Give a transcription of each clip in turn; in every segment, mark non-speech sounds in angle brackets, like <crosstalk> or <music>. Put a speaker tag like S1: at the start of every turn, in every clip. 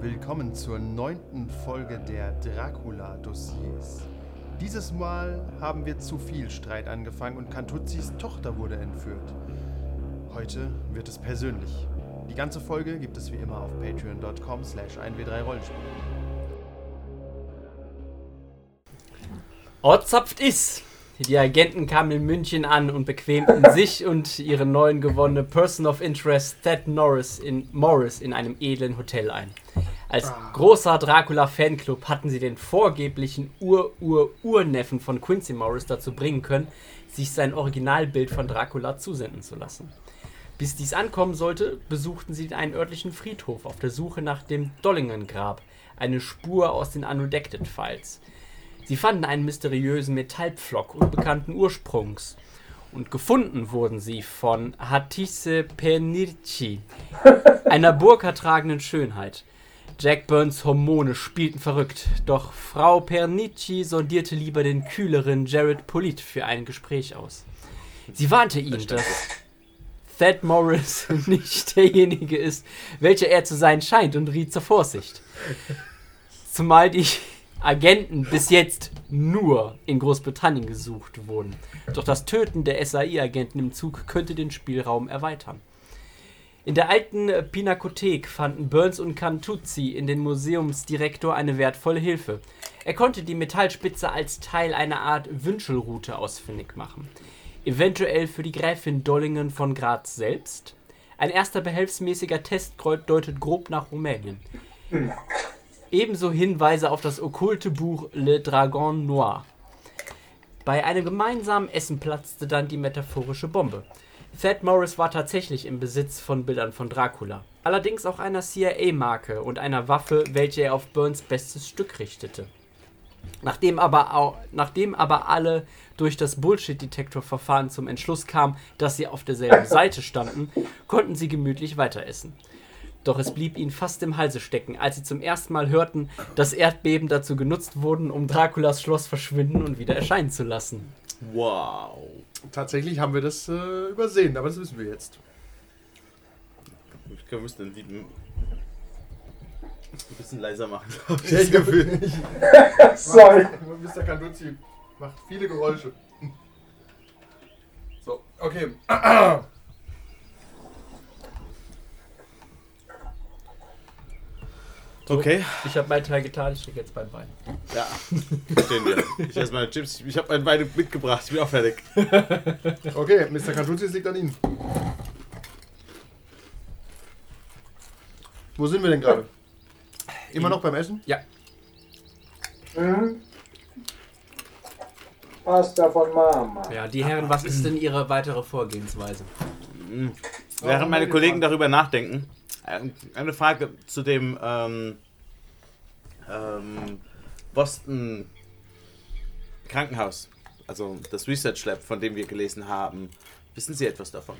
S1: Willkommen zur neunten Folge der Dracula-Dossiers. Dieses Mal haben wir zu viel Streit angefangen und Cantuzzis Tochter wurde entführt. Heute wird es persönlich. Die ganze Folge gibt es wie immer auf patreon.com slash 1w3rollenspiel.
S2: Ortzapft ist. Die Agenten kamen in München an und bequemten sich und ihre neuen gewonnene Person of Interest Thad Norris in Morris in einem edlen Hotel ein. Als großer Dracula-Fanclub hatten sie den vorgeblichen Ur-Ur-Urneffen von Quincy Morris dazu bringen können, sich sein Originalbild von Dracula zusenden zu lassen. Bis dies ankommen sollte, besuchten sie einen örtlichen Friedhof auf der Suche nach dem Dollingen-Grab, eine Spur aus den Unredacted Files. Sie fanden einen mysteriösen Metallpflock unbekannten Ursprungs. Und gefunden wurden sie von Hatise Penirci, einer burkatragenden Schönheit. Jack Burns Hormone spielten verrückt, doch Frau Pernici sondierte lieber den kühleren Jared Polit für ein Gespräch aus. Sie warnte ihn, dass Thad Morris <laughs> nicht derjenige ist, welcher er zu sein scheint und riet zur Vorsicht. Zumal die Agenten bis jetzt nur in Großbritannien gesucht wurden. Doch das Töten der SAI-Agenten im Zug könnte den Spielraum erweitern. In der alten Pinakothek fanden Burns und Cantuzzi in den Museumsdirektor eine wertvolle Hilfe. Er konnte die Metallspitze als Teil einer Art Wünschelroute ausfindig machen. Eventuell für die Gräfin Dollingen von Graz selbst? Ein erster behelfsmäßiger Testkreuz deutet grob nach Rumänien. Ebenso Hinweise auf das okkulte Buch Le Dragon Noir. Bei einem gemeinsamen Essen platzte dann die metaphorische Bombe. Thad Morris war tatsächlich im Besitz von Bildern von Dracula, allerdings auch einer CIA-Marke und einer Waffe, welche er auf Burns bestes Stück richtete. Nachdem aber, au- nachdem aber alle durch das Bullshit-Detektor-Verfahren zum Entschluss kamen, dass sie auf derselben Seite standen, konnten sie gemütlich weiteressen. Doch es blieb ihnen fast im Halse stecken, als sie zum ersten Mal hörten, dass Erdbeben dazu genutzt wurden, um Draculas Schloss verschwinden und wieder erscheinen zu lassen.
S3: Wow.
S1: Tatsächlich haben wir das äh, übersehen, aber das wissen wir jetzt. <laughs>
S3: Ich glaube, wir müssen den Lieben ein bisschen leiser machen.
S1: Ich Gefühl.
S4: Sorry.
S1: Mr. Canduzzi macht viele Geräusche. <laughs> So, okay.
S3: Okay.
S2: Ich habe meinen Teil getan, ich stecke jetzt beim Bein.
S3: Ja, verstehen wir. Ich esse meine Chips. Ich habe meine Weine mitgebracht. Ich bin auch fertig.
S1: Okay, Mr. Cantuzzi, es liegt an Ihnen. Wo sind wir denn gerade? Immer noch beim Essen?
S2: Ja,
S4: Mhm. Pasta von Mama.
S2: ja, die Herren, was ist denn Ihre weitere Vorgehensweise?
S3: Während
S2: Oh,
S3: meine Kollegen darüber nachdenken, ähm, eine Frage zu dem ähm, ähm, Boston Krankenhaus, also das Research Lab, von dem wir gelesen haben. Wissen Sie etwas davon?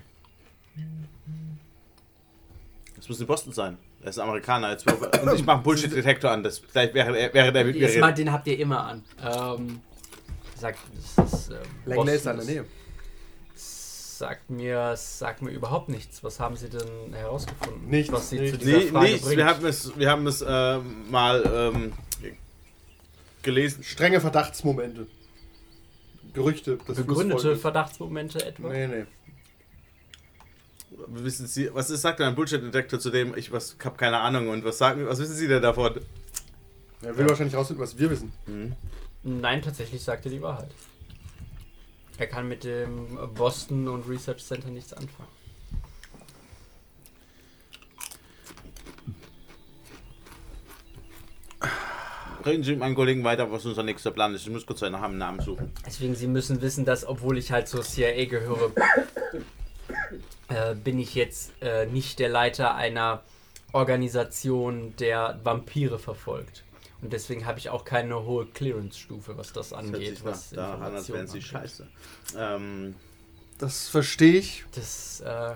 S3: Das muss in Boston sein. Er ist Amerikaner. Jetzt, und ich mache einen Bullshit-Detektor an. Das, vielleicht wäre, er- wäre der mit mir
S2: Diesmal,
S3: reden.
S2: den habt ihr immer an. Ähm, sagt, das ist, ähm,
S1: Langley ist
S2: Boston,
S1: in der Nähe.
S2: das Sagt mir, sagt mir überhaupt nichts. Was haben Sie denn herausgefunden?
S1: Nichts,
S2: Was Sie zu
S1: nichts.
S2: dieser
S3: Nee,
S2: Frage
S3: nichts.
S2: bringt?
S3: Wir haben es, wir haben es ähm, mal ähm, gelesen.
S1: Strenge Verdachtsmomente. Gerüchte. Das
S2: Begründete
S1: Flussvolk
S2: Verdachtsmomente
S1: ist-
S2: etwa?
S1: Nee, nee.
S3: Wissen Sie, was ist, sagt denn ein Bullshit-Detektor zu dem? Ich was, hab keine Ahnung. Und was sagen, was wissen Sie denn davon?
S1: Er will wahrscheinlich rausfinden, was wir wissen.
S2: Nein, tatsächlich sagt er die Wahrheit. Er kann mit dem Boston und Research Center nichts anfangen.
S3: Reden Sie mit meinen Kollegen weiter, was unser nächster Plan ist. Ich muss kurz einen Namen- Namen suchen.
S2: Deswegen, Sie müssen wissen, dass obwohl ich halt zur CIA gehöre, äh, bin ich jetzt äh, nicht der Leiter einer Organisation, der Vampire verfolgt. Und deswegen habe ich auch keine hohe Clearance-Stufe, was das
S3: Das hört sich
S2: angeht.
S3: nach
S2: Was
S3: daran, als wären
S2: Informationen
S3: Sie
S2: angeht.
S3: scheiße. Ähm,
S1: Das verstehe ich.
S2: Das, äh,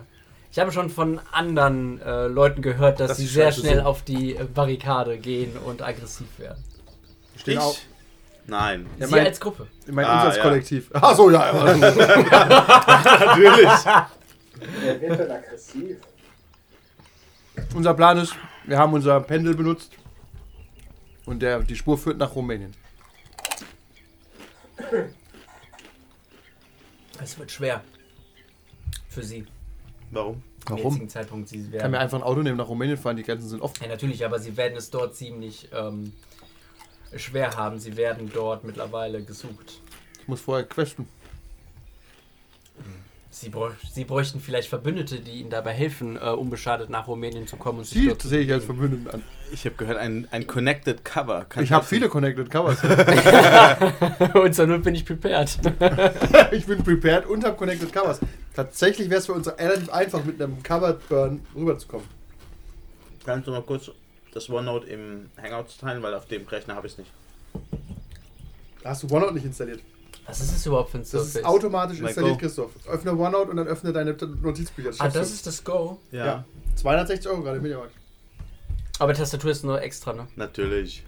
S2: ich habe schon von anderen äh, Leuten gehört, dass
S3: Das
S2: sie
S3: ist
S2: sehr
S3: scheiße
S2: schnell
S3: so.
S2: auf die äh, Barrikade gehen und aggressiv werden.
S1: Stehen auch-
S3: Nein. <laughs>
S1: Ja,
S2: sie
S1: mein-
S2: als Gruppe.
S1: Mein
S3: Ah,
S1: Einsatzkollektiv. Ach so, ja. ja.
S3: Natürlich.
S4: Wer wird denn aggressiv?
S1: <laughs> Unser Plan ist, Wir haben unser Pendel benutzt und der, die Spur führt nach Rumänien.
S2: Es wird schwer. Für sie.
S3: Warum?
S2: Zum
S1: Warum?
S2: jetzigen Zeitpunkt. Sie
S1: Ich kann mir
S2: werden,
S1: einfach ein Auto nehmen, nach Rumänien fahren, die Grenzen sind offen.
S2: ja, natürlich, aber sie werden es dort ziemlich ähm, schwer haben. Sie werden dort mittlerweile gesucht.
S1: Ich muss vorher questen.
S2: Sie, bräuch sie bräuchten vielleicht Verbündete, die ihnen dabei helfen, äh, unbeschadet nach Rumänien zu kommen und sich
S1: Die
S2: dort zu
S1: sehe ich als Verbündeten an.
S3: Ich habe gehört, ein, ein Connected Cover. Kann
S1: Ich habe
S3: das-
S1: viele Connected Covers.
S2: <laughs>
S1: <laughs>
S2: Und zur Not bin ich prepared.
S1: ich bin prepared und habe Connected Covers. Tatsächlich wäre es für uns relativ einfach, mit einem Covered Burn rüberzukommen.
S3: Kannst du mal kurz das OneNote im Hangouts teilen, weil auf dem Rechner habe ich es nicht.
S1: Da hast du OneNote nicht installiert.
S2: Was ist das überhaupt für ein
S1: Das
S2: Surface?
S1: ist automatisch
S3: Michael.
S1: installiert, Christoph. Öffne OneNote und dann öffne deine T- Notizbücher.
S2: ah,
S1: schaffst
S2: das
S1: du.
S2: ist das Go.
S1: Ja. 260 Euro gerade im Mediamarkt.
S2: Aber Tastatur ist nur extra, ne?
S3: Natürlich.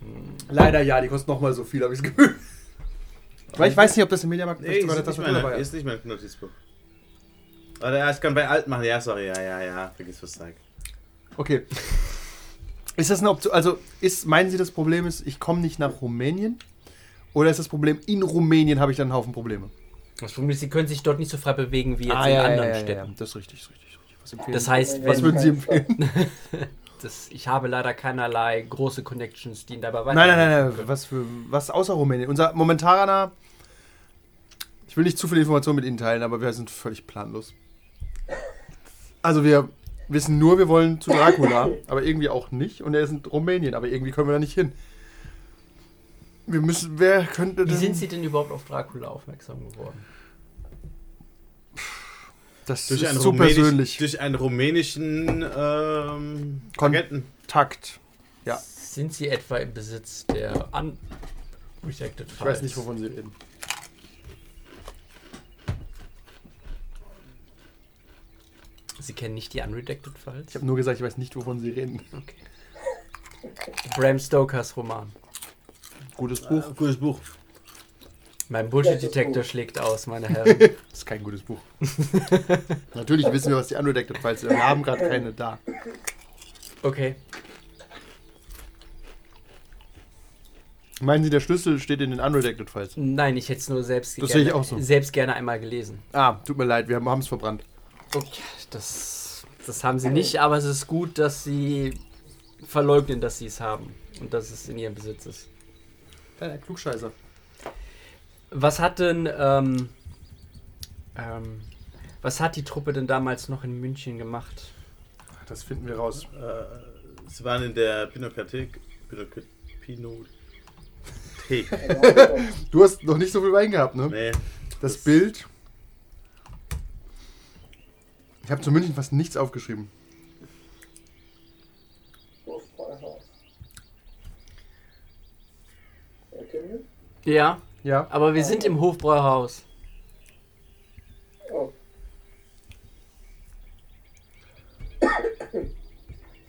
S1: Leider ja, die kostet nochmal so viel, habe ich das Gefühl. Weil ich weiß nicht, ob das im Mediamarkt
S3: Nee,
S1: sogar
S3: ist, nicht
S1: Tastatur
S3: mehr,
S1: dabei
S3: ist nicht mehr im Notizbuch. Oder ja, ich kann bei alt machen. Ja, sorry. Ja, ja, ja. Vergiss was zeig.
S1: Okay. Ist das eine Option? Also, ist, meinen Sie, das Problem ist, ich komme nicht nach Rumänien? Oder ist das Problem, in Rumänien habe ich dann einen Haufen Probleme?
S2: Das Problem ist, sie können sich dort nicht so frei bewegen wie jetzt
S3: Ah,
S2: in anderen Städten.
S1: Das ist richtig, das ist richtig. das ist richtig. Was, empfehlen
S2: Das
S1: Sie?
S2: heißt,
S1: was
S2: wenn
S1: würden Sie empfehlen?
S2: das, ich habe leider keinerlei große Connections, die ihnen dabei
S1: Nein, nein, nein, nein. Was, für, was außer Rumänien? Unser momentaner. Ich will nicht zu viel Information mit Ihnen teilen, aber wir sind völlig planlos. Also, wir wissen nur, wir wollen
S2: <laughs>
S1: zu Dracula, aber irgendwie auch nicht. Und er ist in Rumänien, aber irgendwie können wir da nicht hin. Wir müssen. Wer könnte
S2: Wie
S1: denn.
S2: sind sie denn überhaupt auf Dracula aufmerksam geworden?
S1: Das
S3: Durch
S1: ist
S3: einen,
S1: zu
S3: rumänisch-
S1: persönlich.
S3: durch einen rumänischen ähm,
S1: Kon-
S3: Agenten.
S1: Takt. Ja.
S2: Sind sie etwa im Besitz der Un Rejected
S1: Ich weiß nicht, wovon Sie reden.
S2: Sie kennen nicht die Unredacted Files?
S1: Ich habe nur gesagt, ich weiß nicht, wovon Sie reden.
S2: okay. Bram Stokers Roman.
S1: Gutes Buch.
S3: Buch. Äh, Gutes Buch.
S2: Mein
S4: Das ist
S2: Bullshit-Detektor
S4: gut.
S2: schlägt aus, meine
S1: <laughs>
S2: Herren.
S1: Das ist kein gutes Buch. Natürlich wissen wir, was die Unredacted Files sind. Wir haben gerade keine da.
S2: Okay.
S1: Meinen Sie, der Schlüssel steht in den Unredacted Files?
S2: Nein, ich hätte es nur selbst,
S1: Das
S2: gerne,
S1: sehe ich auch so.
S2: selbst gerne einmal gelesen.
S1: Ah, tut mir leid, wir haben es verbrannt.
S2: Okay, das, das haben sie nicht, aber es ist gut, dass sie verleugnen, dass sie es haben und dass es in ihrem Besitz ist.
S1: Kleiner Klugscheißer.
S2: Was hat denn, ähm, ähm, was hat die Truppe denn damals noch in München gemacht?
S1: Das finden wir raus.
S3: Äh, sie waren in der Pinokathek. Pinok- Pinothek.
S1: Du hast noch nicht so viel Wein gehabt, ne?
S3: nee.
S1: Das Bild. Ich habe zu München fast nichts aufgeschrieben.
S4: Erkennen
S2: Ja,
S1: Ja.
S2: aber wir sind im Hofbräuhaus.
S4: wir? Oh,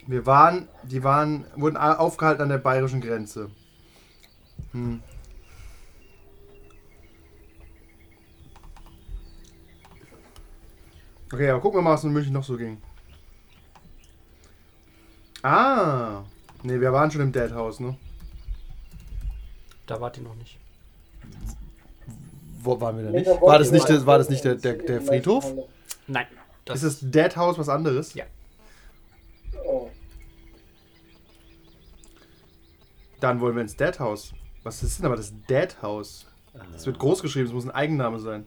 S1: Wir waren, die waren, wurden a- aufgehalten an der bayerischen Grenze. Hm. Okay, aber gucken wir mal, was in München noch so ging. Ah, nee, wir waren schon im Dead House, ne?
S2: Da wart ihr noch nicht.
S1: Wo waren wir denn
S4: Mega
S1: War das nicht,
S4: Wolken-
S1: der- war das nicht der, der, der Friedhof?
S2: Nein. Das
S1: Ist das Dead House was anderes?
S2: Ja.
S4: Oh,
S1: Dann wollen wir ins Dead House. Was ist denn aber das Dead House? Es wird groß geschrieben, es muss ein Eigenname sein.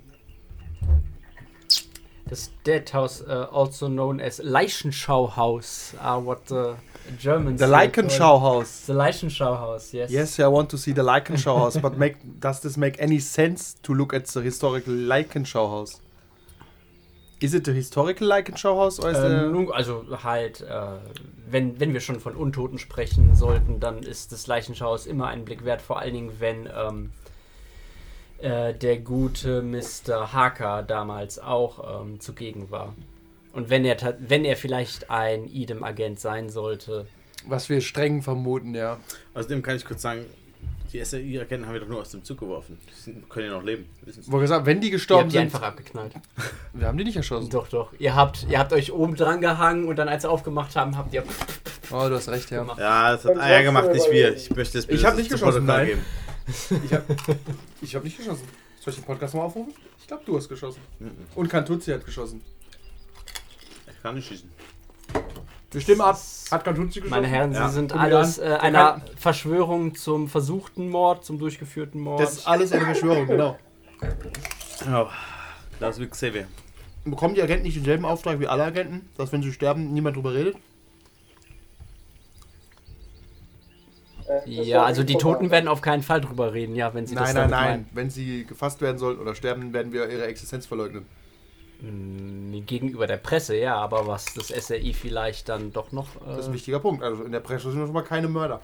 S2: Das Dead House, äh, also known as Leichenschauhaus, are what the Germans.
S1: House.
S2: The Leichenschauhaus, yes.
S1: Yes, I want to see the Leichenschau house, but make, does this make any sense to look at the historical Leichenschau house? Is it the historical Leichenschau house or is
S2: Äh,
S1: the-
S2: nun, also halt, äh, wenn, wenn wir schon von Untoten sprechen sollten, dann ist das Leichenschauhaus immer einen Blick wert, vor allen Dingen, wenn ähm, äh, der gute Mr. Harker damals auch ähm, zugegen war. Und wenn er, ta- wenn er vielleicht ein Idem-Agent sein sollte,
S1: was wir streng vermuten, ja.
S3: Außerdem kann ich kurz sagen, die SRI-Agenten haben wir doch nur aus dem Zug geworfen. Die sind, können ja noch leben. Wissen Sie.
S1: Wo gesagt, wenn die
S2: ihr
S1: gestorben
S2: habt die
S1: sind,
S2: einfach abgeknallt.
S1: wir haben die nicht erschossen.
S2: Doch, doch. Ihr habt, ihr habt euch oben dran gehangen und dann, als sie aufgemacht haben, habt ihr
S5: Oh, du hast recht, ja.
S2: Gemacht.
S3: Ja, das hat
S4: Dann
S3: Eier gemacht,
S4: sollst
S3: nicht
S4: du
S3: wir.
S4: überlegen.
S3: Ich möchte das
S5: Ich hab
S3: das
S5: nicht
S3: zu
S5: geschossen,
S3: Protokoll
S5: nein.
S3: geben.
S5: Ich habe ich hab nicht geschossen. Soll ich den Podcast mal aufrufen? Ich glaube, du hast geschossen.
S3: Mhm.
S5: Und Kantuzzi hat geschossen.
S3: Ich kann nicht schießen.
S5: Wir stimmen ab. Hat Kantuzzi geschossen?
S2: Meine Herren,
S3: Ja.
S2: Sie sind
S5: Guck mich
S2: alles
S5: an.
S2: äh,
S5: Der
S2: einer Verschwörung zum versuchten Mord, zum durchgeführten Mord.
S1: Das ist alles eine Verschwörung, genau.
S3: Oh, Klaus wie Xavier.
S1: Bekommen die Agenten nicht denselben Auftrag wie alle Agenten, dass wenn sie sterben, niemand drüber redet?
S4: Äh, das
S2: ja,
S4: war
S2: also die
S4: informal.
S2: Toten werden auf keinen Fall drüber reden, ja, wenn sie das
S5: Nein,
S2: damit
S5: nein, nein.
S2: meinen.
S1: Wenn sie gefasst werden sollten oder sterben, werden wir ihre Existenz verleugnen.
S2: Mm, Gegenüber der Presse, ja, aber was das SRI vielleicht dann doch noch. Äh,
S1: Das ist ein wichtiger Punkt. Also in der Presse sind schon mal keine Mörder.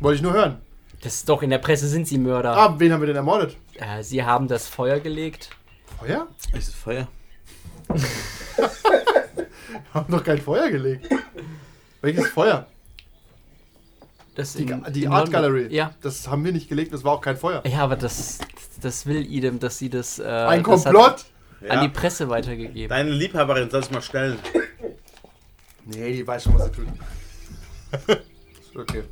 S1: Wollte ich nur hören.
S2: das ist doch in der Presse sind sie Mörder.
S1: Ah, wen haben wir denn ermordet?
S2: Äh, sie haben das Feuer gelegt.
S1: Feuer? <laughs>
S3: Ist es Feuer?
S1: Haben doch kein Feuer gelegt. Welches Feuer?
S2: Das
S1: Die,
S2: in,
S1: die
S2: in Nürnberg.
S1: Art Gallery.
S2: Ja.
S1: Das haben wir nicht gelegt, das war auch kein Feuer.
S2: Ja, aber das, das will Idem, dass sie das. Äh,
S1: Ein
S2: das hat
S1: Komplott?
S2: An
S3: Ja.
S2: die Presse weitergegeben.
S3: Deine Liebhaberin soll es mal stellen.
S1: Nee, die weiß schon, was sie tut. <laughs> Ist okay.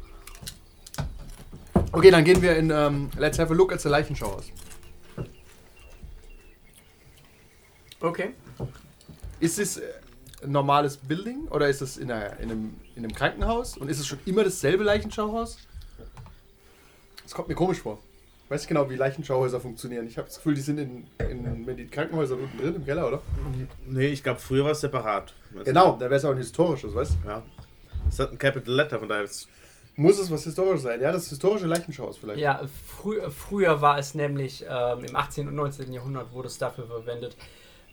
S1: Okay, dann gehen wir in ähm, Let's Have a Look at the Leichenschau aus.
S5: Okay.
S1: Ist es äh, ein normales Building oder ist es in, einer, in, einem, in einem Krankenhaus? Und ist es schon immer dasselbe Leichenschauhaus? Das kommt mir komisch vor. Ich weiß nicht genau, wie Leichenschauhäuser funktionieren. Ich habe das Gefühl, die sind in, in, in die Krankenhäuser unten drin im Keller, oder?
S3: Nee, ich glaube, früher war es separat.
S1: Genau, da wäre es auch ein historisches, weißt du?
S3: Ja. Es hat ein Capital Letter, von daher ist
S1: Muss es was historisches sein? Ja, das historische Leichenschauhaus vielleicht.
S2: Ja, frü früher war es nämlich, ähm, im 18. und 19. Jahrhundert wurde es dafür verwendet,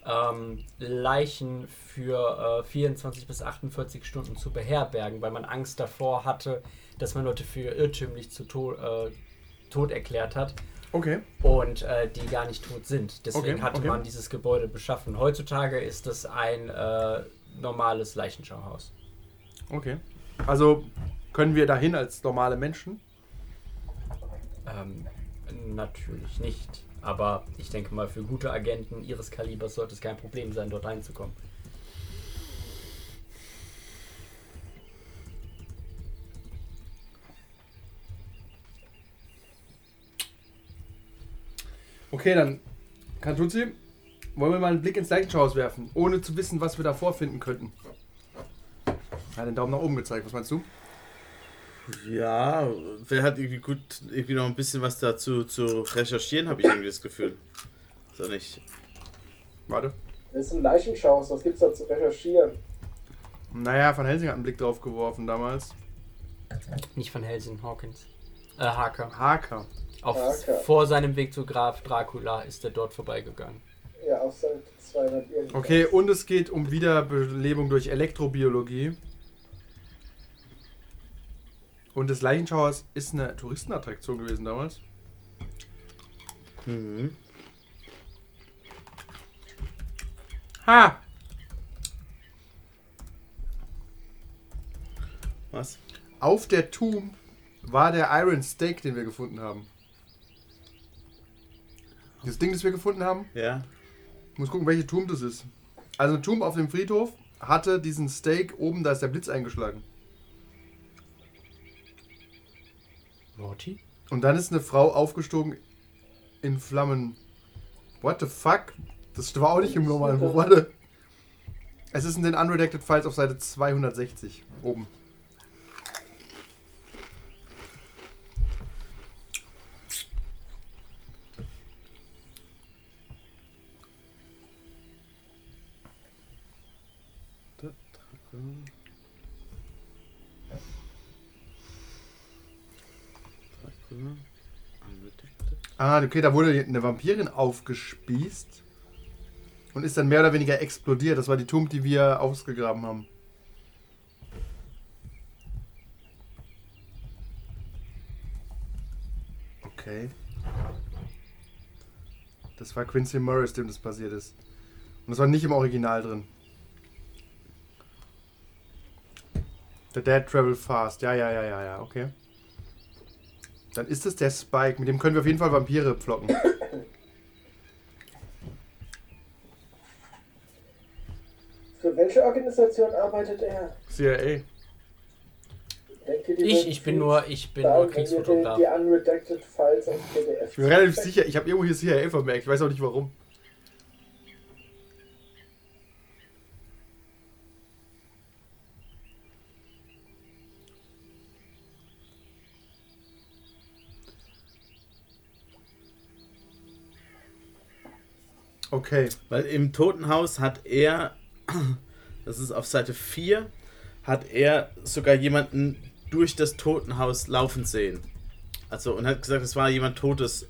S2: ähm, Leichen für äh, 24 bis 48 Stunden zu beherbergen, weil man Angst davor hatte, dass man Leute für irrtümlich zu to äh, tot erklärt hat
S1: Okay.
S2: und äh, die gar nicht tot sind. Deswegen
S1: Okay,
S2: hatte
S1: okay.
S2: man dieses Gebäude beschaffen. Heutzutage ist es ein äh, normales Leichenschauhaus.
S1: Okay. Also können wir dahin als normale Menschen?
S2: Ähm, natürlich nicht. Aber ich denke mal, für gute Agenten ihres Kalibers sollte es kein Problem sein, dort reinzukommen.
S5: Okay, dann.
S1: Kantuzzi, wollen wir mal einen Blick ins Leichenschauhaus werfen, ohne zu wissen, was wir da vorfinden könnten? Er hat den Daumen nach oben gezeigt, was meinst du?
S3: Ja, wer hat irgendwie gut, irgendwie noch ein bisschen was dazu zu recherchieren, habe ich irgendwie das Gefühl. So nicht.
S1: Warte.
S4: Das ist ein Leichenschauhaus, was gibt's da zu recherchieren?
S1: Naja, Van Helsing hat einen Blick drauf geworfen damals.
S2: Nicht von Helsing, Hawkins. Äh, Harker.
S1: Harker.
S2: Auf,
S4: Harker.
S2: Vor seinem Weg zu Graf Dracula ist er dort vorbeigegangen.
S4: Ja, auf Seite 200 irgendwas.
S1: Okay, und es geht um Wiederbelebung durch Elektrobiologie. Und das Leichenschauhaus ist eine Touristenattraktion gewesen damals.
S3: Mhm.
S1: Ha!
S3: Was?
S1: Auf der Tomb war der Iron Stake, den wir gefunden haben. Das Ding, das wir gefunden haben,
S3: Ja.
S1: ich muss gucken, welche Tomb das ist. Also ein Tomb auf dem Friedhof hatte diesen Stake oben, da ist der Blitz eingeschlagen.
S2: Morty?
S1: Und dann ist eine Frau aufgestoßen in Flammen. What the fuck? Das war auch nicht im normalen Buch, warte. Es ist in den Unredacted Files auf Seite 260 oben. Ah, okay, da wurde eine Vampirin aufgespießt und ist dann mehr oder weniger explodiert. Das war die Tomb, die wir ausgegraben haben. Okay. Das war Quincy Morris, dem das passiert ist. Und das war nicht im Original drin. The Dead Travel Fast. Ja, ja, ja, ja, ja, okay. Dann ist es der Spike. Mit dem können wir auf jeden Fall Vampire pflocken.
S4: Für welche Ag Organisation arbeitet er?
S5: CIA.
S4: Denkt ihr, die
S2: Ich,
S4: werden
S2: ich bin
S4: viel
S2: nur, ich bin
S4: sagen,
S2: nur
S4: wenn wir die,
S2: Kriegsfotograf.
S4: die unredacted Files als PDF
S5: Ich bin mir relativ sicher, ich habe irgendwo hier CIA vermerkt. Ich weiß auch nicht warum. Okay.
S3: Weil im Totenhaus hat er, <clears throat> das ist auf Seite 4, hat er sogar jemanden durch das Totenhaus laufen sehen. Also und hat gesagt, es war jemand Totes äh,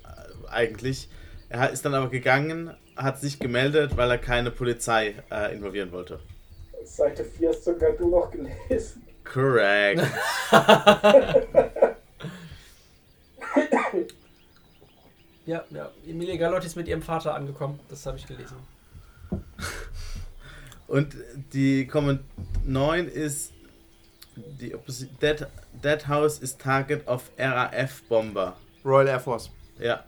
S3: eigentlich. Er hat- ist dann aber gegangen, hat sich gemeldet, weil er keine Polizei äh, involvieren wollte.
S4: Seite 4 hast sogar du noch gelesen.
S3: Correct.
S2: Ja, ja. Emilia Galotti ist mit ihrem Vater angekommen. Das habe ich gelesen.
S3: <laughs> Und die Comment 9 ist die Opposi Dead, Dead House ist Target of RAF Bomber.
S1: Royal Air Force.
S3: Ja.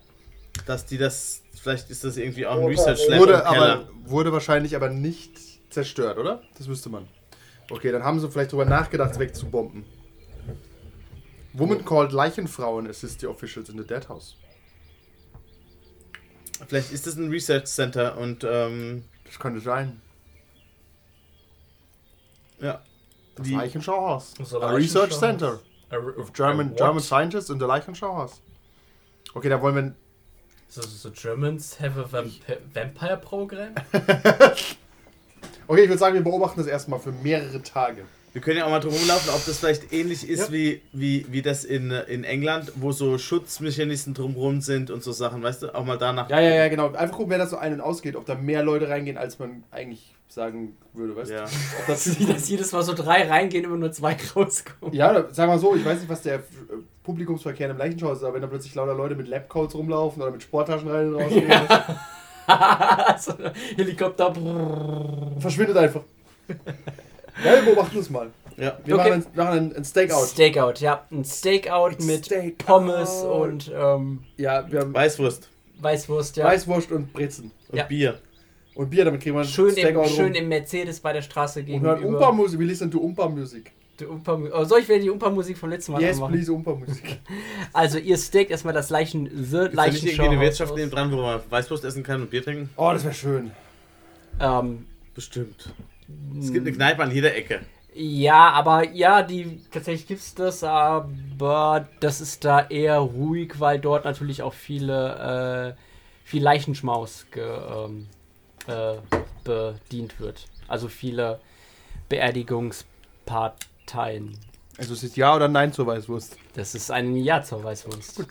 S3: Dass die das vielleicht ist das irgendwie auch ein
S4: Oder-
S3: Research Lab im
S1: Wurde,
S3: Keller.
S1: aber, wurde wahrscheinlich aber nicht zerstört, oder? Das wüsste man. Okay, dann haben sie vielleicht drüber nachgedacht, es wegzubomben. Woman called Leichenfrauen assist the officials in the dead house.
S3: Vielleicht ist das ein Research Center und ähm,
S1: Das könnte sein.
S3: ja.
S1: Das
S3: Die-
S1: Leichenschauhaus. Äh,
S2: Das
S1: A Research Center
S2: Of
S1: of German, German scientists in the Leichenschauhaus. Okay, da wollen wir
S2: So, so Germans have a vamp Vampire <laughs> Program?
S1: Okay, ich würde sagen, wir beobachten das erstmal für mehrere Tage.
S3: Wir können ja auch mal drum rumlaufen, ob das vielleicht ähnlich ist
S1: Ja.
S3: wie, wie, wie das in, äh, in England, wo so Schutzmechanismen drumrum sind und so Sachen, weißt du? Auch mal danach.
S1: Ja, ja, ja, genau. Einfach gucken, wer da so ein- und ausgeht, ob da mehr Leute reingehen, als man eigentlich sagen würde, weißt du?
S3: Ja.
S1: Ob das-
S2: Dass jedes Mal so drei reingehen, immer nur zwei rauskommen.
S1: Ja, da- sag mal so, ich weiß nicht, was der äh, Publikumsverkehr im Leichenschau ist, aber wenn da plötzlich lauter Leute mit Labcoats rumlaufen oder mit Sporttaschen rein und raus,
S2: so ein Helikopter. brrrr.
S1: verschwindet einfach. Ja, wir beobachten das mal.
S3: ja.
S1: Wir
S2: Okay.
S1: machen, ein, machen ein, ein Stakeout.
S2: Stakeout, ja. Ein Stakeout mit
S1: Stakeout.
S2: Pommes und ähm,
S1: ja, wir haben
S3: Weißwurst
S2: Weißwurst, ja.
S1: Weißwurst und Brezen.
S3: und
S2: Ja.
S3: Bier.
S1: Und Bier, damit kriegen wir ein
S2: Schön im,
S1: Stakeout
S2: schön
S1: rum.
S2: im Mercedes bei der Straße
S1: und hören
S2: gegenüber.
S1: Umpa-Musik. Wir listen to Umpa-Musik.
S2: Die Umpa- oh, soll ich wieder die Umpa-Musik vom letzten Mal
S1: Yes,
S2: anmachen?
S1: please, Umpa-Musik.
S2: Also ihr steckt erstmal das Leichen The
S3: Ist da nicht irgendwie
S2: Leichenschau
S3: eine Wirtschaft neben
S2: aus.
S3: dran, wo man Weißwurst essen kann und Bier trinken?
S1: Oh, das wäre schön.
S2: ähm,
S3: Bestimmt. Es gibt
S2: Hm.
S3: eine Kneipe an jeder Ecke.
S2: Ja, aber ja, die tatsächlich gibt's das, aber das ist da eher ruhig, weil dort natürlich auch viele äh, viel Leichenschmaus ge, ähm, äh, bedient wird. Also viele Beerdigungsparteien.
S1: Also es ist Ja oder Nein zur Weißwurst.
S2: Das ist ein Ja zur Weißwurst.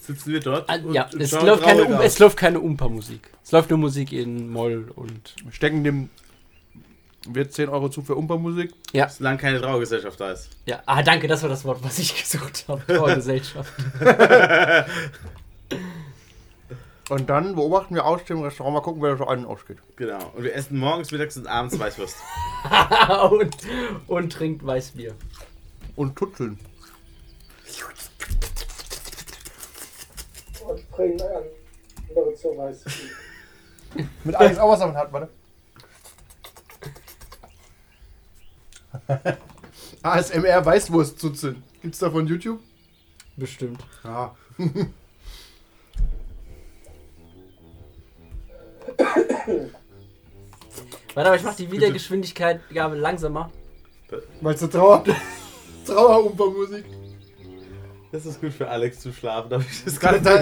S3: Sitzen wir dort?
S2: Ah,
S3: und-
S2: ja,
S3: und
S2: es
S3: schauen
S2: läuft, keine
S3: traurig
S2: um,
S3: aus.
S2: es läuft keine Umpa-Musik. Es läuft nur Musik in Moll und.
S1: Wir stecken dem wird 10 Euro zu für Umpa-Musik.
S3: Solange keine Trauergesellschaft da ist.
S2: Ja, ah, danke, das war das Wort, was ich <laughs> gesucht habe. Tolle Gesellschaft.
S1: Und dann beobachten wir aus dem Restaurant, mal gucken, wer da so einen ausgeht.
S3: Genau. Und wir essen morgens, mittags und abends Weißwurst.
S2: <laughs> und, und trinkt Weißbier.
S1: Und tutzeln.
S4: und bringen an andere
S3: <laughs>
S4: zur Weißbier.
S1: Mit Alex Auersamen hat, <laughs> warte. ASMR Weißwurst tutzeln. Gibt's da von YouTube?
S2: Bestimmt.
S1: Ja.
S2: Warte, aber ich mach die Wiedergeschwindigkeitgabe langsamer.
S1: Weil es <laughs> Trauer. Trauer-Umpa-Musik.
S3: Das ist gut für Alex zum Schlafen, darf ich das
S1: Gerade da.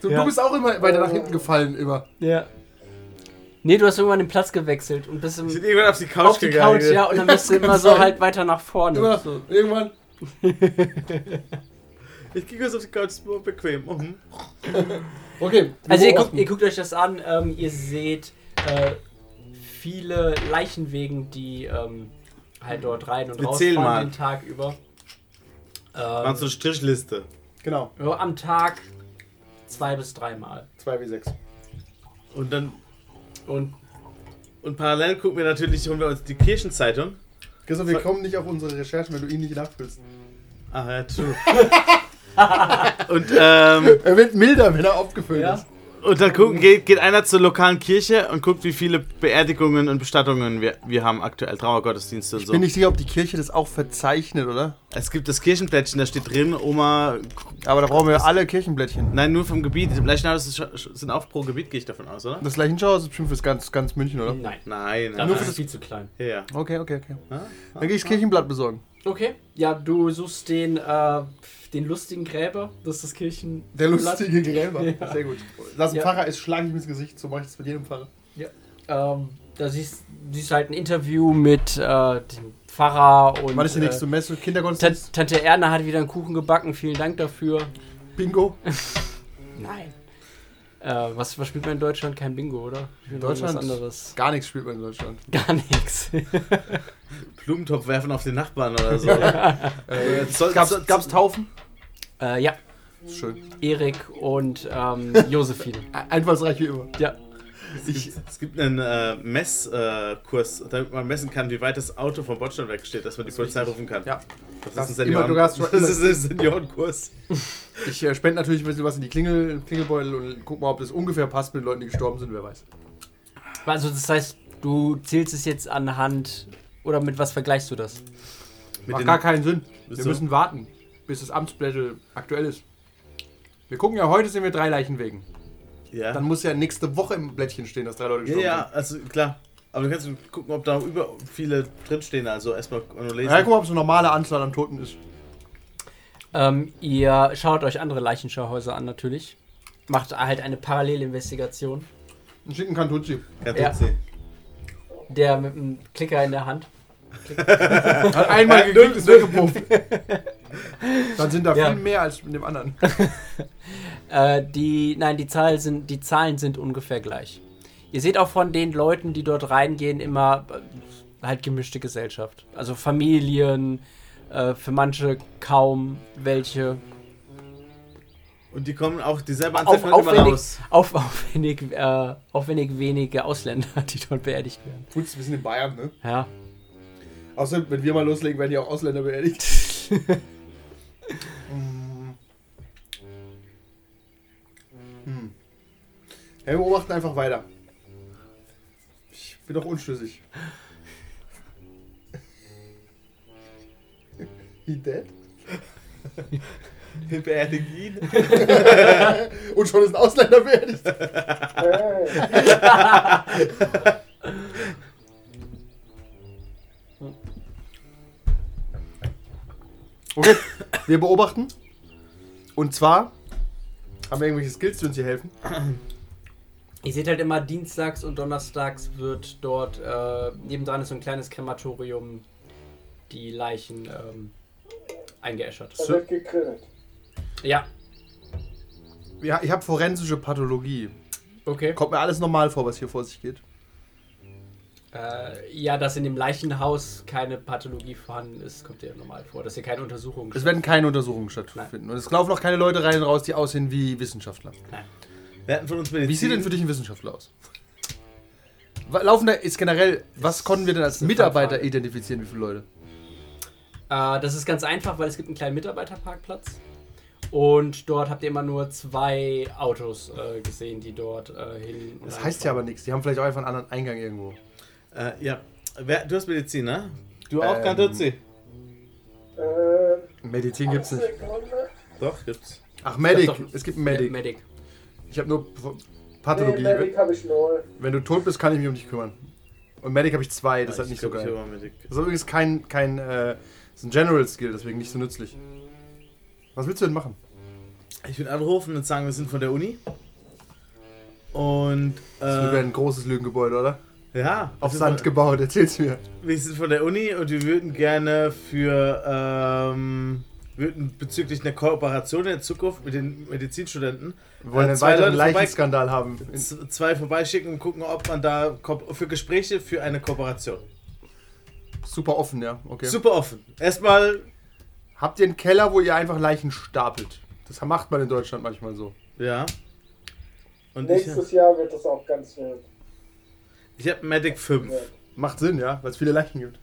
S1: Du,
S2: Ja.
S1: du bist auch immer weiter nach hinten gefallen, immer.
S2: Ja. Nee, du hast irgendwann den Platz gewechselt und bist
S3: Wir sind
S2: im,
S3: irgendwann auf die Couch
S2: auf die
S3: gegangen.
S2: Couch, ja, und dann
S1: Ja,
S2: bist du
S1: kann
S2: immer so
S1: sein.
S2: halt weiter nach vorne.
S1: Immer,
S2: So.
S1: irgendwann.
S3: Ich ging jetzt auf die Couch, ist mir bequem. Mhm.
S1: Okay. wir
S2: Also ihr guckt,
S1: beobachten.
S2: ihr guckt euch das an, ähm, ihr seht äh, viele Leichenwegen, die ähm, halt dort rein und
S3: Wir
S2: raus
S3: zählen mal.
S2: den Tag über.
S3: Machen
S2: Ähm,
S3: so eine Strichliste.
S1: Genau.
S2: ja, am Tag zwei bis dreimal.
S1: 2 wie 6.
S3: Und dann
S2: Und
S3: und parallel gucken wir natürlich, holen wir uns die Kirchenzeitung.
S1: Christoph, wir kommen nicht auf unsere Recherchen, wenn du ihn nicht nachfüllst.
S3: Ach <laughs> ja, true. Ah, und, ähm,
S1: Er wird milder, wenn er aufgefüllt
S2: Ja.
S1: ist.
S3: Und dann gucken, geht, geht einer zur lokalen Kirche und guckt, wie viele Beerdigungen und Bestattungen wir, wir haben aktuell, Trauergottesdienste und
S1: Ich
S3: so.
S1: bin nicht sicher, ob die Kirche das auch verzeichnet, oder?
S3: Es gibt das Kirchenplättchen, da steht drin, Oma.
S1: Aber da brauchen wir alle Kirchenblättchen.
S3: Nein, nur vom Gebiet. Die Leichenhaus ist schon- sind auch pro Gebiet, gehe ich davon aus, oder?
S1: Das Leichenschau ist bestimmt fürs ganz, ganz München, oder?
S2: Nein,
S3: Nein, nein.
S2: dafür
S1: Nur
S2: ist
S1: für
S2: es
S1: das-
S2: viel zu klein.
S3: Ja, ja.
S1: Okay, okay, okay.
S3: Ah, ah.
S1: Dann gehe ich das Kirchenblatt besorgen.
S2: Okay, ja, du suchst den, äh, den lustigen Gräber, das ist das Kirchen...
S5: Der lustige Gräber.
S2: <laughs> Ja.
S5: Sehr gut. Lass ein
S2: Ja.
S5: Pfarrer ist, schlage ich ihm ins Gesicht. So mache ich das mit jedem Pfarrer.
S2: Ähm, da siehst du halt ein Interview mit äh, dem Pfarrer und...
S1: Wann ist die
S2: äh,
S1: nächste Messe?
S2: Ta-
S1: Kindergottesdienst?
S2: Tante Erna hat wieder einen Kuchen gebacken, vielen Dank dafür.
S1: Bingo?
S2: Nein. Äh, was, was spielt man in Deutschland? Kein Bingo, oder? In
S1: Deutschland?
S2: Was anderes. <laughs>
S1: Gar nichts spielt man in Deutschland.
S2: Gar nichts. <laughs>
S3: Blumentopf werfen auf den Nachbarn oder so.
S1: Äh,
S3: soll- soll-
S1: gab's, gab's Taufen?
S2: äh, ja,
S1: Ist Schön.
S2: Erik und ähm, Josephine.
S1: Ein- Einfallsreich wie immer.
S2: Ja.
S1: Ich,
S3: Es gibt einen äh, Messkurs, damit man messen kann, wie weit das Auto vom Bordstein wegsteht, dass man die Polizei rufen kann.
S1: Ja.
S3: Das,
S5: Das
S3: ist ein
S5: immer-
S3: Senioren,
S5: du hast-
S3: das ist ein Seniorenkurs.
S1: ich äh, spende natürlich ein bisschen was in die Klingel, Klingelbeutel und guck mal, ob das ungefähr passt mit den Leuten, die gestorben sind, wer weiß.
S2: Also das heißt, du zählst es jetzt anhand oder mit was vergleichst du das?
S3: Mit
S1: Macht
S3: den,
S1: gar keinen Sinn. Wir
S3: so.
S1: müssen warten, bis das Amtsblättel aktuell ist. Wir gucken ja, heute sind wir drei Leichen wegen.
S3: ja.
S1: Dann muss ja nächste Woche im Blättchen stehen, dass drei Leute
S3: ja,
S1: gestorben
S3: ja, also klar. Aber du kannst gucken, ob da über viele drinstehen. Also erstmal nur
S1: sind.
S3: lesen.
S1: Ja, guck mal, ob es eine normale Anzahl an Toten ist.
S2: Ähm, ihr schaut euch andere Leichenschauhäuser an natürlich. Macht halt eine Parallelinvestigation.
S1: Einen schicken Kantuzzi.
S3: Kein
S2: Ja.
S3: Tutsi.
S2: Der mit einem Klicker in der Hand.
S1: <laughs> Hat einmal gekriegt, ist weggepumpt. <laughs> Dann sind da
S2: Ja.
S1: viel mehr als in dem anderen.
S2: Äh, die, nein, die, Zahl sind, die Zahlen sind ungefähr gleich. Ihr seht auch von den Leuten, die dort reingehen, immer äh, halt gemischte Gesellschaft. Also Familien, äh, für manche kaum welche.
S3: Und die kommen auch dieselbe Anzahl
S2: Auf,
S3: von immer
S2: aufwendig,
S3: raus.
S2: auf, <laughs> aufwendig, äh, aufwendig wenige Ausländer, die dort beerdigt werden.
S5: Gut, wir sind in Bayern, ne?
S2: Ja.
S5: Außerdem, wenn wir mal loslegen, werden ja auch Ausländer
S1: <laughs>
S5: beerdigt. Mm. Hm. Ja, wir beobachten einfach weiter. Ich bin doch unschlüssig. <laughs> He dead?
S3: Beerdigt ihn.
S5: Und schon ist ein Ausländer beerdigt.
S4: Äh, Hey,
S1: Okay, wir beobachten. Und zwar haben wir irgendwelche Skills, die uns hier helfen.
S2: Ihr seht halt immer dienstags und donnerstags wird dort, äh, nebendran ist so ein kleines Krematorium, die Leichen ähm, eingeäschert.
S4: da wird gegrillt.
S2: Ja,
S1: Ja, ich habe forensische Pathologie.
S2: okay.
S1: Kommt mir alles normal vor, was hier vor sich geht.
S2: Äh, ja, dass in dem Leichenhaus keine Pathologie vorhanden ist, kommt dir normal vor, dass ihr keine Untersuchungen
S1: Es werden keine Untersuchungen stattfinden. Und es laufen auch keine Leute rein und raus, die aussehen wie Wissenschaftler.
S3: Wir hatten von uns Medizin.
S1: Wie sieht denn für dich ein Wissenschaftler aus? Wa- Laufen da ist generell, was konnten wir denn als
S2: ist eine
S1: Mitarbeiter
S2: Fangfrage.
S1: identifizieren, wie viele Leute?
S2: Äh, das ist ganz einfach, weil es gibt einen kleinen Mitarbeiterparkplatz. Und dort habt ihr immer nur zwei Autos äh, gesehen, die dort äh, hin. und
S1: Das
S2: her
S1: heißt ja aber nichts. Die haben vielleicht auch einfach einen anderen Eingang irgendwo.
S3: Äh, ja. Wer, du hast Medizin, ne? Du
S1: Ähm.
S3: auch, kein Tutsi.
S4: Äh,
S1: Medizin gibt's nicht.
S4: Sekunde.
S3: Doch, gibt's.
S1: Ach, Medic.
S2: doch-
S1: Es gibt einen
S2: fahren.
S1: Medic.
S2: Ja, Medic.
S1: Ich habe nur P-
S4: Nee,
S1: Pathologie.
S4: Medic habe ich null.
S1: Wenn du tot bist, kann ich mich um dich kümmern. Und Medic habe ich zwei, das ist halt
S3: Ich
S1: nicht so
S3: glaub, ich
S1: geil.
S3: hab mal Medizin.
S1: Das ist übrigens kein, kein äh, das ist ein General Skill, deswegen nicht so nützlich. Was willst du denn machen?
S3: Ich würde anrufen und sagen, wir sind von der Uni. Und.
S1: Das wird wieder
S3: Äh,
S1: ein großes Lügengebäude, oder?
S3: ja.
S1: Auf
S3: wir sind
S1: Sand
S3: von,
S1: gebaut, erzähl's mir.
S3: Wir sind von der Uni und wir würden gerne für. Ähm, würden bezüglich einer Kooperation in der Zukunft mit den Medizinstudenten
S1: Wir wollen
S3: Äh,
S1: einen
S3: zwei
S1: weiteren
S3: Leute vorbei-
S1: Leichenskandal haben.
S3: z- zwei vorbeischicken und gucken, ob man da ko- für Gespräche für eine Kooperation.
S1: Super offen, ja. Okay.
S3: Super offen. Erstmal.
S1: Habt ihr einen Keller, wo ihr einfach Leichen stapelt? Das macht man in Deutschland manchmal so.
S3: Ja. Und ich,
S4: Nächstes Jahr wird das auch ganz wild.
S3: ich habe Medic 5.
S4: Ja.
S1: Macht Sinn, ja, weil es viele Leichen gibt.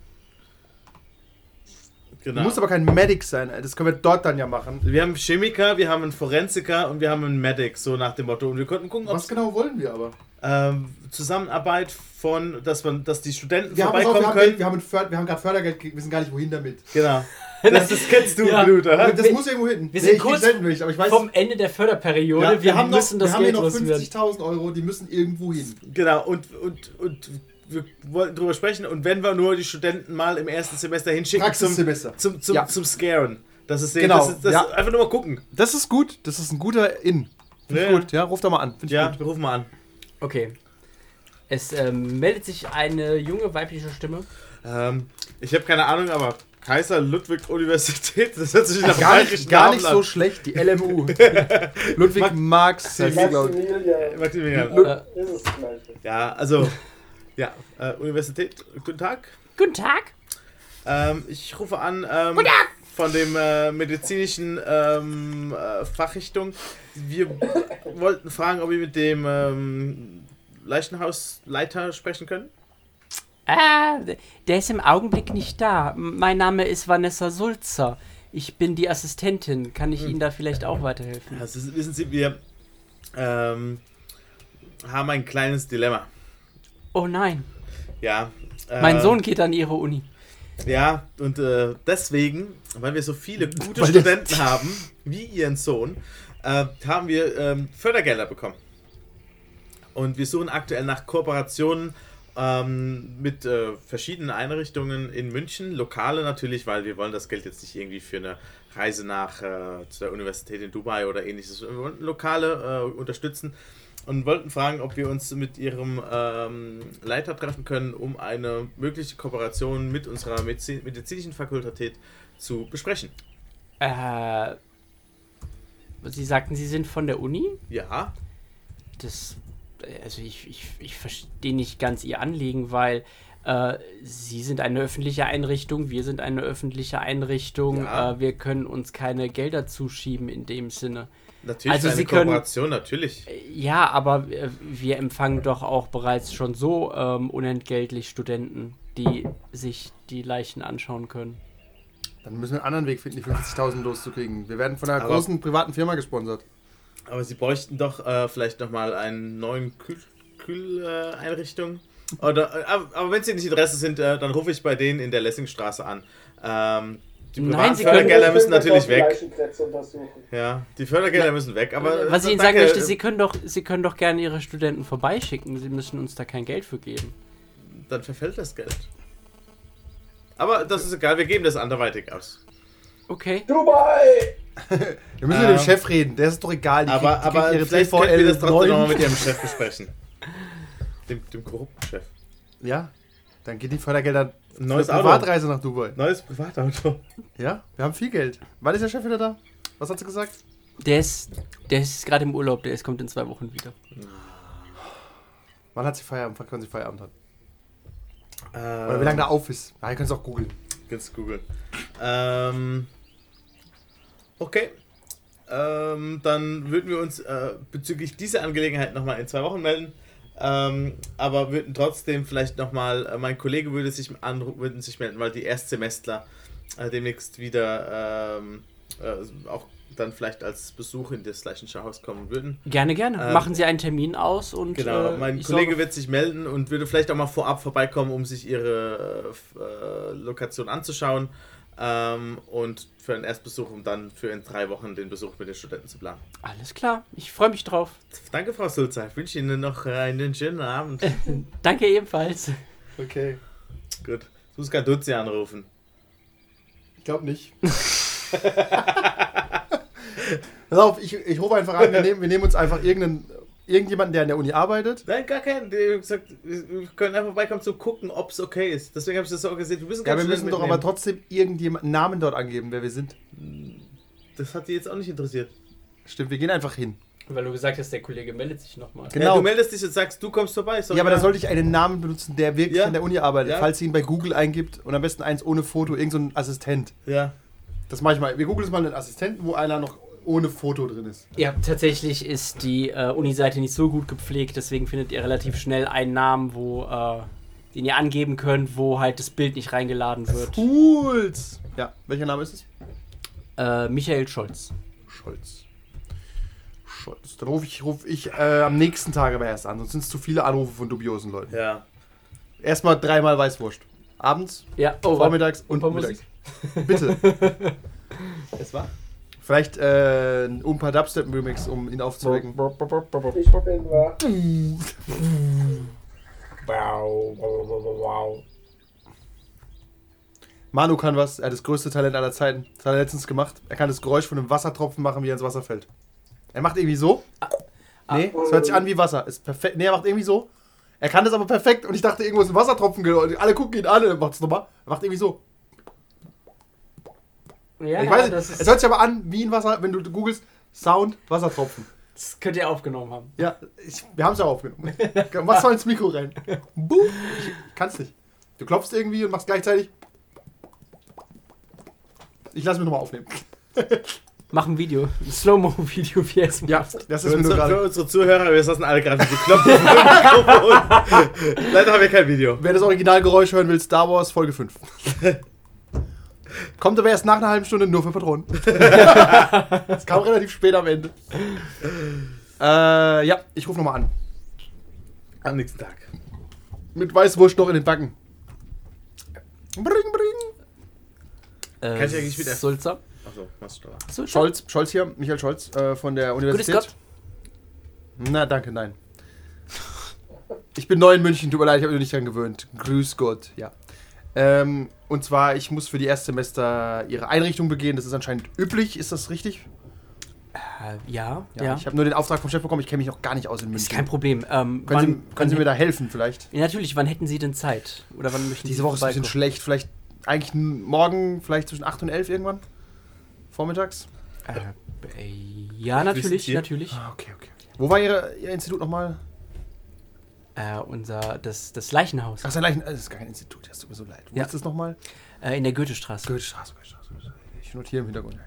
S3: Genau.
S5: Du musst aber kein Medic sein, Alter. das können wir dort dann ja machen.
S3: wir haben Chemiker, wir haben einen Forensiker und wir haben einen Medic, so nach dem Motto. Und wir konnten gucken, ob
S5: Was
S3: es
S5: genau wollen wir aber?
S3: ähm, Zusammenarbeit von, dass man, dass die Studenten
S5: Wir haben, pass auf,
S3: vorbeikommen
S5: wir haben,
S3: können.
S5: Geld, wir haben, ein Förd- wir haben gerade Fördergeld gekriegt, wir wissen gar nicht, wohin damit.
S3: Genau.
S1: <laughs>
S3: Das ist kennst du,
S2: Ja.
S3: Blut, oder?
S5: Das
S2: wir-
S5: muss irgendwo hin.
S2: wir sind
S5: ich
S2: kurz
S5: selten durch, aber ich weiß,
S2: Vom Ende der Förderperiode,
S5: Ja,
S2: wir, müssen
S5: noch,
S2: das
S5: wir
S2: Geld
S5: haben hier noch
S2: loswerden.
S5: 50.000 Euro, die müssen irgendwo hin.
S3: Genau, und, und, und wir wollten drüber sprechen. Und wenn wir nur die Studenten mal im ersten Semester hinschicken zum,
S5: Praxissemester.
S3: zum, zum,
S1: Ja.
S3: zum Scaren. Das ist,
S1: Genau,
S3: das ist, das
S1: ja.
S3: ist einfach nur mal gucken.
S1: Das ist gut, das ist ein guter In. Finde ich
S3: Ja.
S1: gut, ja, ruf da mal an. Finde ich
S3: Ja,
S1: gut.
S3: wir rufen mal an.
S2: Okay. Es ähm, meldet sich eine junge weibliche Stimme.
S3: Ähm, ich habe keine Ahnung, aber Kaiser Ludwig Universität, <laughs> das hört sich nach
S1: Gar nicht,
S3: bayerischen
S1: gar
S3: Namen
S1: nicht
S3: an.
S1: so schlecht, die
S3: <laughs>
S1: LMU. Ludwig Marx, heißt sie, glaub ich.
S4: Maximilian
S3: Maximilian.
S2: Äh,
S4: ist es vielleicht.
S3: Ja, also, ja, äh, Universität, guten Tag.
S2: Guten Tag.
S3: Ähm, ich rufe an ähm, von dem äh, medizinischen ähm, äh, Fachrichtung. Wir wollten fragen, ob wir mit dem ähm, Leichenhausleiter sprechen können.
S2: Ah, der ist im Augenblick nicht da. M- Mein Name ist Vanessa Sulzer. Ich bin die Assistentin. Kann ich Ihnen da vielleicht auch weiterhelfen?
S3: Das ist, wissen Sie, wir ähm, haben ein kleines Dilemma.
S2: Oh nein,
S3: Ja. äh,
S2: mein Sohn geht an Ihre Uni.
S3: Ja, und äh, deswegen, weil wir so
S1: <laughs>
S3: viele gute
S1: Weil der-
S3: Studenten haben, wie ihren Sohn, äh, haben wir ähm, Fördergelder bekommen. Und wir suchen aktuell nach Kooperationen ähm, mit äh, verschiedenen Einrichtungen in München, lokale natürlich, weil wir wollen das Geld jetzt nicht irgendwie für eine Reise nach äh, zu der Universität in Dubai oder ähnliches. Wir wollen lokale äh, unterstützen und wollten fragen, ob wir uns mit ihrem ähm, Leiter treffen können, um eine mögliche Kooperation mit unserer Medizi- medizinischen Fakultät zu besprechen.
S2: Äh, Sie sagten, Sie sind von der Uni?
S3: Ja,
S2: Das, also ich, ich, ich verstehe nicht ganz Ihr Anliegen, weil äh, Sie sind eine öffentliche Einrichtung, wir sind eine öffentliche Einrichtung.
S3: Ja.
S2: Äh, wir können uns keine Gelder zuschieben in dem Sinne.
S3: natürlich.
S2: Also
S3: eine
S2: Sie können-
S3: Kooperation, natürlich.
S2: Ja, aber äh, wir empfangen doch auch bereits schon so ähm, unentgeltlich Studenten, die sich die Leichen anschauen können.
S5: Dann müssen wir einen anderen Weg finden, die 50.000 loszukriegen. Wir werden von einer
S3: Aber-
S5: großen privaten Firma gesponsert.
S3: Aber Sie bräuchten doch äh, vielleicht nochmal einen neuen Kühl- Kühleinrichtung. Oder, äh, aber aber wenn Sie nicht Interesse sind, äh, dann rufe ich bei denen in der Lessingstraße an. Ähm, die
S2: Nein,
S3: privaten
S2: Sie können-
S3: Fördergelder müssen
S4: Wir können
S3: natürlich
S4: auch Die
S3: weg.
S4: Leichenplätze untersuchen.
S3: Ja, die Fördergelder müssen weg. Aber
S2: Was ich Ihnen
S3: danke,
S2: sagen möchte,
S3: äh,
S2: Sie können doch, Sie können doch gerne Ihre Studenten vorbeischicken. Sie müssen uns da kein Geld für geben.
S3: dann verfällt das Geld. Aber das ist egal, wir geben das anderweitig aus.
S2: Okay.
S4: Dubai!
S5: Wir müssen
S3: Ähm,
S5: mit dem Chef reden, der ist doch egal. Die
S3: Aber,
S5: kriegt- die
S3: aber
S5: kriegt ihre
S3: vielleicht können wir das trotzdem
S5: TVL
S3: nochmal
S5: 9.
S3: mit ihrem
S5: <laughs>
S3: Chef besprechen. Dem, dem korrupten Chef.
S5: Ja, dann geht die Fördergelder
S3: Ein
S5: für eine
S3: neues Auto.
S5: Privatreise nach Dubai.
S3: Neues Privatauto.
S5: Ja, wir haben viel Geld. Wann ist der Chef wieder da? Was hat sie gesagt?
S2: Der ist, der ist gerade im Urlaub, der ist, kommt in zwei Wochen wieder.
S5: Wann hat sie Feierabend? Wann kann sie Feierabend haben?
S3: Ähm,
S5: Äh, Oder wie lange der auf ist? Ja, ihr könnt es auch googeln.
S3: Ganz Google. Ähm, okay. Ähm, dann würden wir uns äh, bezüglich dieser Angelegenheit nochmal in zwei Wochen melden. Ähm, aber würden trotzdem vielleicht nochmal, äh, mein Kollege würde sich, anru- würden sich melden, weil die Erstsemestler äh, demnächst wieder ähm, äh, auch dann vielleicht als Besuch in das Leichenscher Haus kommen würden.
S2: Gerne, gerne.
S3: Ähm,
S2: Machen Sie einen Termin aus und.
S3: Genau,
S2: äh,
S3: mein
S2: ich
S3: Kollege
S2: sorge-
S3: wird sich melden und würde vielleicht auch mal vorab vorbeikommen, um sich ihre äh, f- äh, Lokation anzuschauen ähm, und für einen Erstbesuch, um dann für in drei Wochen den Besuch mit den Studenten zu planen.
S2: Alles klar, ich freue mich drauf.
S3: Danke, Frau Sulzer. Ich wünsche Ihnen noch äh, einen schönen
S5: <laughs>
S3: Abend.
S2: Danke ebenfalls.
S5: Okay,
S3: Gut. Ich muss Gaduzzi anrufen.
S5: ich glaube nicht. <laughs> Pass auf, ich, ich rufe einfach an, wir nehmen, wir nehmen uns einfach irgendeinen, irgendjemanden, der an der Uni arbeitet.
S3: Nein, gar keinen. Die haben gesagt, wir können einfach vorbeikommen, zu gucken, ob es okay ist. Deswegen habe ich das so organisiert. Wir müssen
S5: Ja,
S3: keinen
S5: wir müssen
S3: Studenten
S5: doch aber
S3: mitnehmen.
S5: trotzdem irgendjemanden Namen dort angeben, wer wir sind.
S3: Das hat die jetzt auch nicht interessiert.
S5: Stimmt, wir gehen einfach hin.
S2: Weil du gesagt hast, der Kollege meldet sich nochmal.
S5: Genau.
S3: Ja, du meldest dich und sagst, du kommst vorbei. Ist doch
S5: Ja, aber da
S3: egal.
S5: sollte ich einen Namen benutzen, der wirklich
S3: Ja.
S5: an der Uni arbeitet,
S3: Ja.
S5: falls sie ihn bei Google eingibt und am besten eins ohne Foto, irgend so ein Assistent.
S3: Ja.
S5: Das mache ich mal. Wir googeln jetzt mal einen Assistenten, wo einer noch ohne Foto drin ist.
S2: Ja, tatsächlich ist die äh, Uni-Seite nicht so gut gepflegt, deswegen findet ihr relativ schnell einen Namen, wo, äh, den ihr angeben könnt, wo halt das Bild nicht reingeladen wird.
S5: Tools!
S1: Ja, welcher Name ist es?
S2: Äh, Michael Scholz.
S1: Scholz. Scholz. Dann rufe ich, ruf ich äh, am nächsten Tag aber erst an, sonst sind es zu viele Anrufe von dubiosen Leuten.
S3: Ja.
S1: Erstmal dreimal Weißwurst. Abends,
S2: Ja, oh, warte.
S1: vormittags und
S2: Opa
S1: mittags.
S2: Musik?
S1: Bitte.
S3: <laughs> Es war?
S1: Vielleicht äh, ein Umpa Dubstep Remix, um ihn aufzuwecken.
S4: Ich bin wahr.
S1: Manu kann was, er hat das größte Talent aller Zeiten. Das hat er letztens gemacht. Er kann das Geräusch von einem Wassertropfen machen, wie er ins Wasser fällt. Er macht irgendwie so.
S2: Ah.
S1: Nee, es hört sich an wie Wasser. Ist perfekt. Nee, er macht irgendwie so. Er kann das aber perfekt und ich dachte, irgendwo ist ein Wassertropfen. geläutet. Alle gucken ihn an, er macht es nochmal. Er macht irgendwie so.
S2: Ja,
S1: ich weiß
S2: das,
S1: nicht. Es
S2: ist,
S1: hört sich aber an wie ein Wasser, wenn du googelst, Sound, Wassertropfen.
S2: das könnt ihr aufgenommen haben.
S1: Ja, ich, wir haben es
S2: <laughs>
S1: ja aufgenommen. Mach's mal ins Mikro rein. Boop. Ich kann's nicht. Du klopfst irgendwie und machst gleichzeitig. Ich lass mich nochmal aufnehmen.
S2: Mach ein Video. <laughs> Ein Slow-Mo-Video, wie er es
S1: Ja,
S2: macht.
S1: das
S3: Für
S1: ist mir nur
S3: unsere, für
S1: gerade.
S3: unsere Zuhörer, wir saßen alle gerade geklopft. <laughs> Leider haben wir kein Video.
S1: Wer das Originalgeräusch hören will, Star Wars Folge 5. Kommt aber erst nach einer halben Stunde nur für Patronen. das kam relativ spät am Ende. Äh, ja, ich rufe nochmal an.
S3: Am nächsten Tag.
S1: Mit Weißwurst noch in den Backen. Bring, bring.
S2: Äh,
S3: Kann ich eigentlich wieder-
S2: Sulzer?
S3: Achso, machst du da.
S2: Sulzer?
S1: Scholz, Scholz hier, Michael Scholz äh, von der
S2: Gutes
S1: Universität.
S2: Gott.
S1: Na, danke, nein. Ich bin neu in München, tut mir leid, ich habe mich noch nicht dran gewöhnt. Grüß Gott, ja. Ähm, und zwar, ich muss für die Erstsemester ihre Einrichtung begehen. Das ist anscheinend üblich, ist das richtig?
S2: Äh, ja, ja.
S1: Ich habe nur den Auftrag vom Chef bekommen, ich kenne mich noch gar nicht aus in München.
S2: ist kein Problem. Ähm,
S1: Können,
S2: wann-
S1: Sie, können Sie mir da helfen vielleicht?
S2: Ja, natürlich, wann hätten Sie denn Zeit? Oder wann möchten Sie
S1: Diese Woche ist ein bisschen
S2: vorbeikommen?
S1: schlecht. Vielleicht eigentlich n- morgen, vielleicht zwischen 8 und 11 irgendwann? Vormittags?
S2: Äh, äh, ja, natürlich,
S3: Visitiert.
S2: natürlich.
S1: Ah, okay, okay. Wo war ihre, Ihr Institut nochmal?
S2: Äh, unser, das, das Leichenhaus
S1: Ach, ist ja gleich ein- äh, das ist gar kein Institut, das tut mir so leid. Wo
S2: Ja.
S1: ist das nochmal?
S2: äh, in der Goethestraße.
S1: Goethestraße, Goethestraße. Goethestraße. Ich notiere im Hintergrund.